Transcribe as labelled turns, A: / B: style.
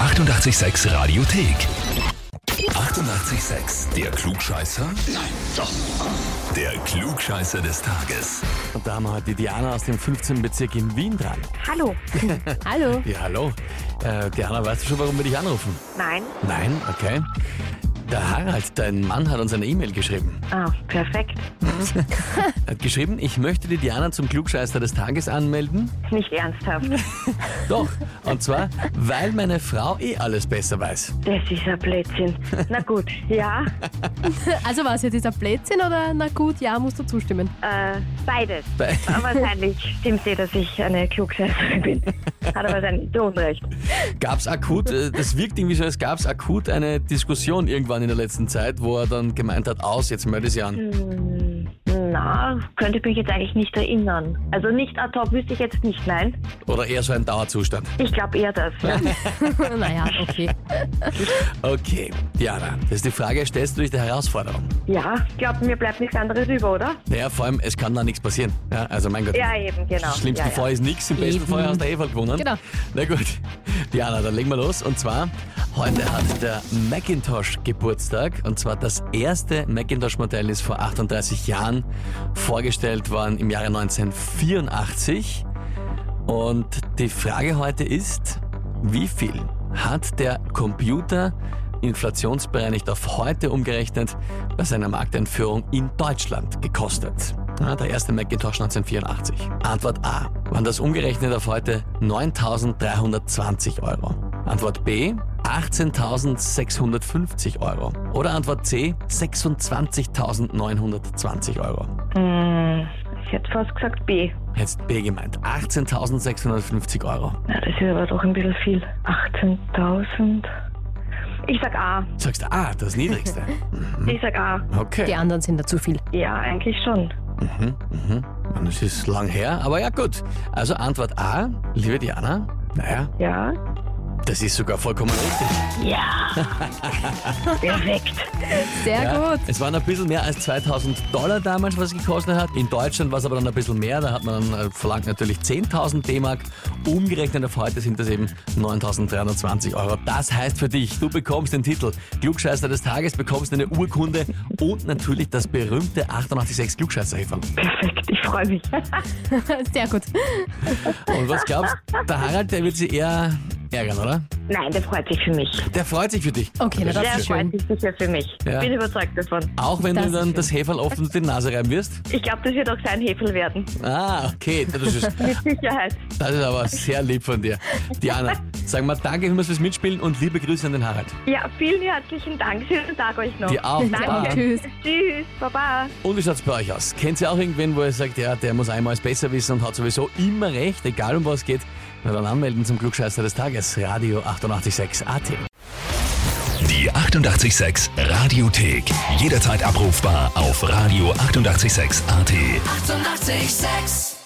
A: 886 Radiothek. 88,6. Der Klugscheißer? Nein, doch. Der Klugscheißer des Tages.
B: Und da haben wir heute die Diana aus dem 15. Bezirk in Wien dran.
C: Hallo.
D: Hallo.
B: Ja, hallo. Äh, Diana, weißt du schon, warum wir dich anrufen?
C: Nein.
B: Nein, okay. Der Harald, dein Mann, hat uns eine E-Mail geschrieben.
C: Ah, perfekt.
B: Er hat geschrieben, ich möchte die Diana zum Klugscheißer des Tages anmelden.
C: Nicht ernsthaft.
B: Doch, und zwar, weil meine Frau eh alles besser weiß.
C: Das ist ein Blödsinn. Na gut, ja,
D: Also war es jetzt dieser Blödsinn oder na gut, ja, musst du zustimmen.
C: äh, beides.
B: Bei-
C: Aber wahrscheinlich stimmt sie, dass ich eine Klugscheißerin bin. Hat aber sein zu Unrecht.
B: Gab's akut, äh, das wirkt irgendwie so, als gab's akut eine Diskussion irgendwann in der letzten Zeit, wo er dann gemeint hat, aus, jetzt melde sie an.
C: Hm, na, könnte ich mich jetzt eigentlich nicht erinnern. Also nicht ad hoc wüsste ich jetzt nicht, nein.
B: Oder eher so ein Dauerzustand.
C: Ich glaube eher das. Ja.
D: naja, okay.
B: Okay, Diana, das ist die Frage, stellst du dich der Herausforderung?
C: ja, glaub mir bleibt nichts anderes über, oder?
B: Naja, vor allem, es kann da nichts passieren. Ja, also mein Gott.
C: Ja, eben, genau.
B: Im schlimmsten
C: ja, ja.
B: Fall ist nichts, im besten
D: Eben.
B: Fall hast du Eva gewonnen.
D: Genau.
B: Na gut, Diana, dann legen wir los. Und zwar, heute hat der Macintosh Geburtstag. Und zwar das erste Macintosh-Modell ist vor 38 Jahren vorgestellt worden im Jahre 1984. Und die Frage heute ist, wie viel hat der Computer inflationsbereinigt auf heute umgerechnet bei seiner Markteinführung in Deutschland gekostet? Ja, der erste Macintosh 1984. Antwort A. Waren das umgerechnet auf heute 9.320 Euro? Antwort B. 18.650 Euro. Oder Antwort C. 26.920 Euro.
C: Hm, ich hätte fast gesagt B.
B: Jetzt B gemeint. 18.650 Euro.
C: Ja, das ist aber doch ein bisschen viel. 18.000. Ich sag A.
B: Sagst du, ah, das Niedrigste.
C: Ich sag A.
B: Okay.
D: Die anderen sind da zu viel.
C: Ja, eigentlich schon.
B: Mhm, mhm. Und es ist lang her, aber ja gut. Also Antwort A, liebe Diana, naja,
C: Ja.
B: das ist sogar vollkommen richtig.
C: Ja. Perfekt.
D: Sehr
B: Ja,
D: gut.
B: Es waren ein bisschen mehr als 2000 Dollar damals, was es gekostet hat. In Deutschland war es aber dann ein bisschen mehr. Da hat man äh, verlangt natürlich 10.000 D-Mark. Umgerechnet auf heute sind das eben 9.320 Euro. Das heißt für dich, du bekommst den Titel Klugscheißer des Tages, bekommst eine Urkunde und natürlich das berühmte 886 klugscheißer -Häferl.
C: Perfekt. Ich freue mich.
D: Sehr gut.
B: Und was glaubst du, der Harald, der wird sich eher ärgern, oder?
C: Nein, der freut sich für mich.
B: Der freut sich für dich.
D: Okay, na
C: Der
D: das ist
C: freut
D: schön.
C: sich sicher für mich.
B: Ja.
C: Bin überzeugt davon.
B: Auch wenn
D: Das
B: du
D: ist
B: dann
D: schön.
B: das Heferl oft unter die Nase reiben wirst?
C: Ich glaube, das wird auch sein Hefel werden.
B: Ah, okay. Das ist,
C: Mit Sicherheit.
B: das ist aber sehr lieb von dir. Diana, sag mal danke vielmals fürs Mitspielen und liebe Grüße an den Harald.
C: Ja, vielen herzlichen Dank. Schönen Tag euch noch.
D: Oh,
B: Dir auch.
C: Danke.
B: Baba.
D: Tschüss.
C: Tschüss. Baba.
B: Und wie schaut's bei euch aus? Kennt ihr auch irgendwen, wo ihr sagt, ja, der muss einmal es besser wissen und hat sowieso immer recht, egal um was geht? Na dann anmelden zum Glückscheißer des Tages. Radio 886 AT.
A: Die 88,6 Radiothek. Jederzeit abrufbar auf radio886.at. 88,6.
E: Eighty-eight, sex.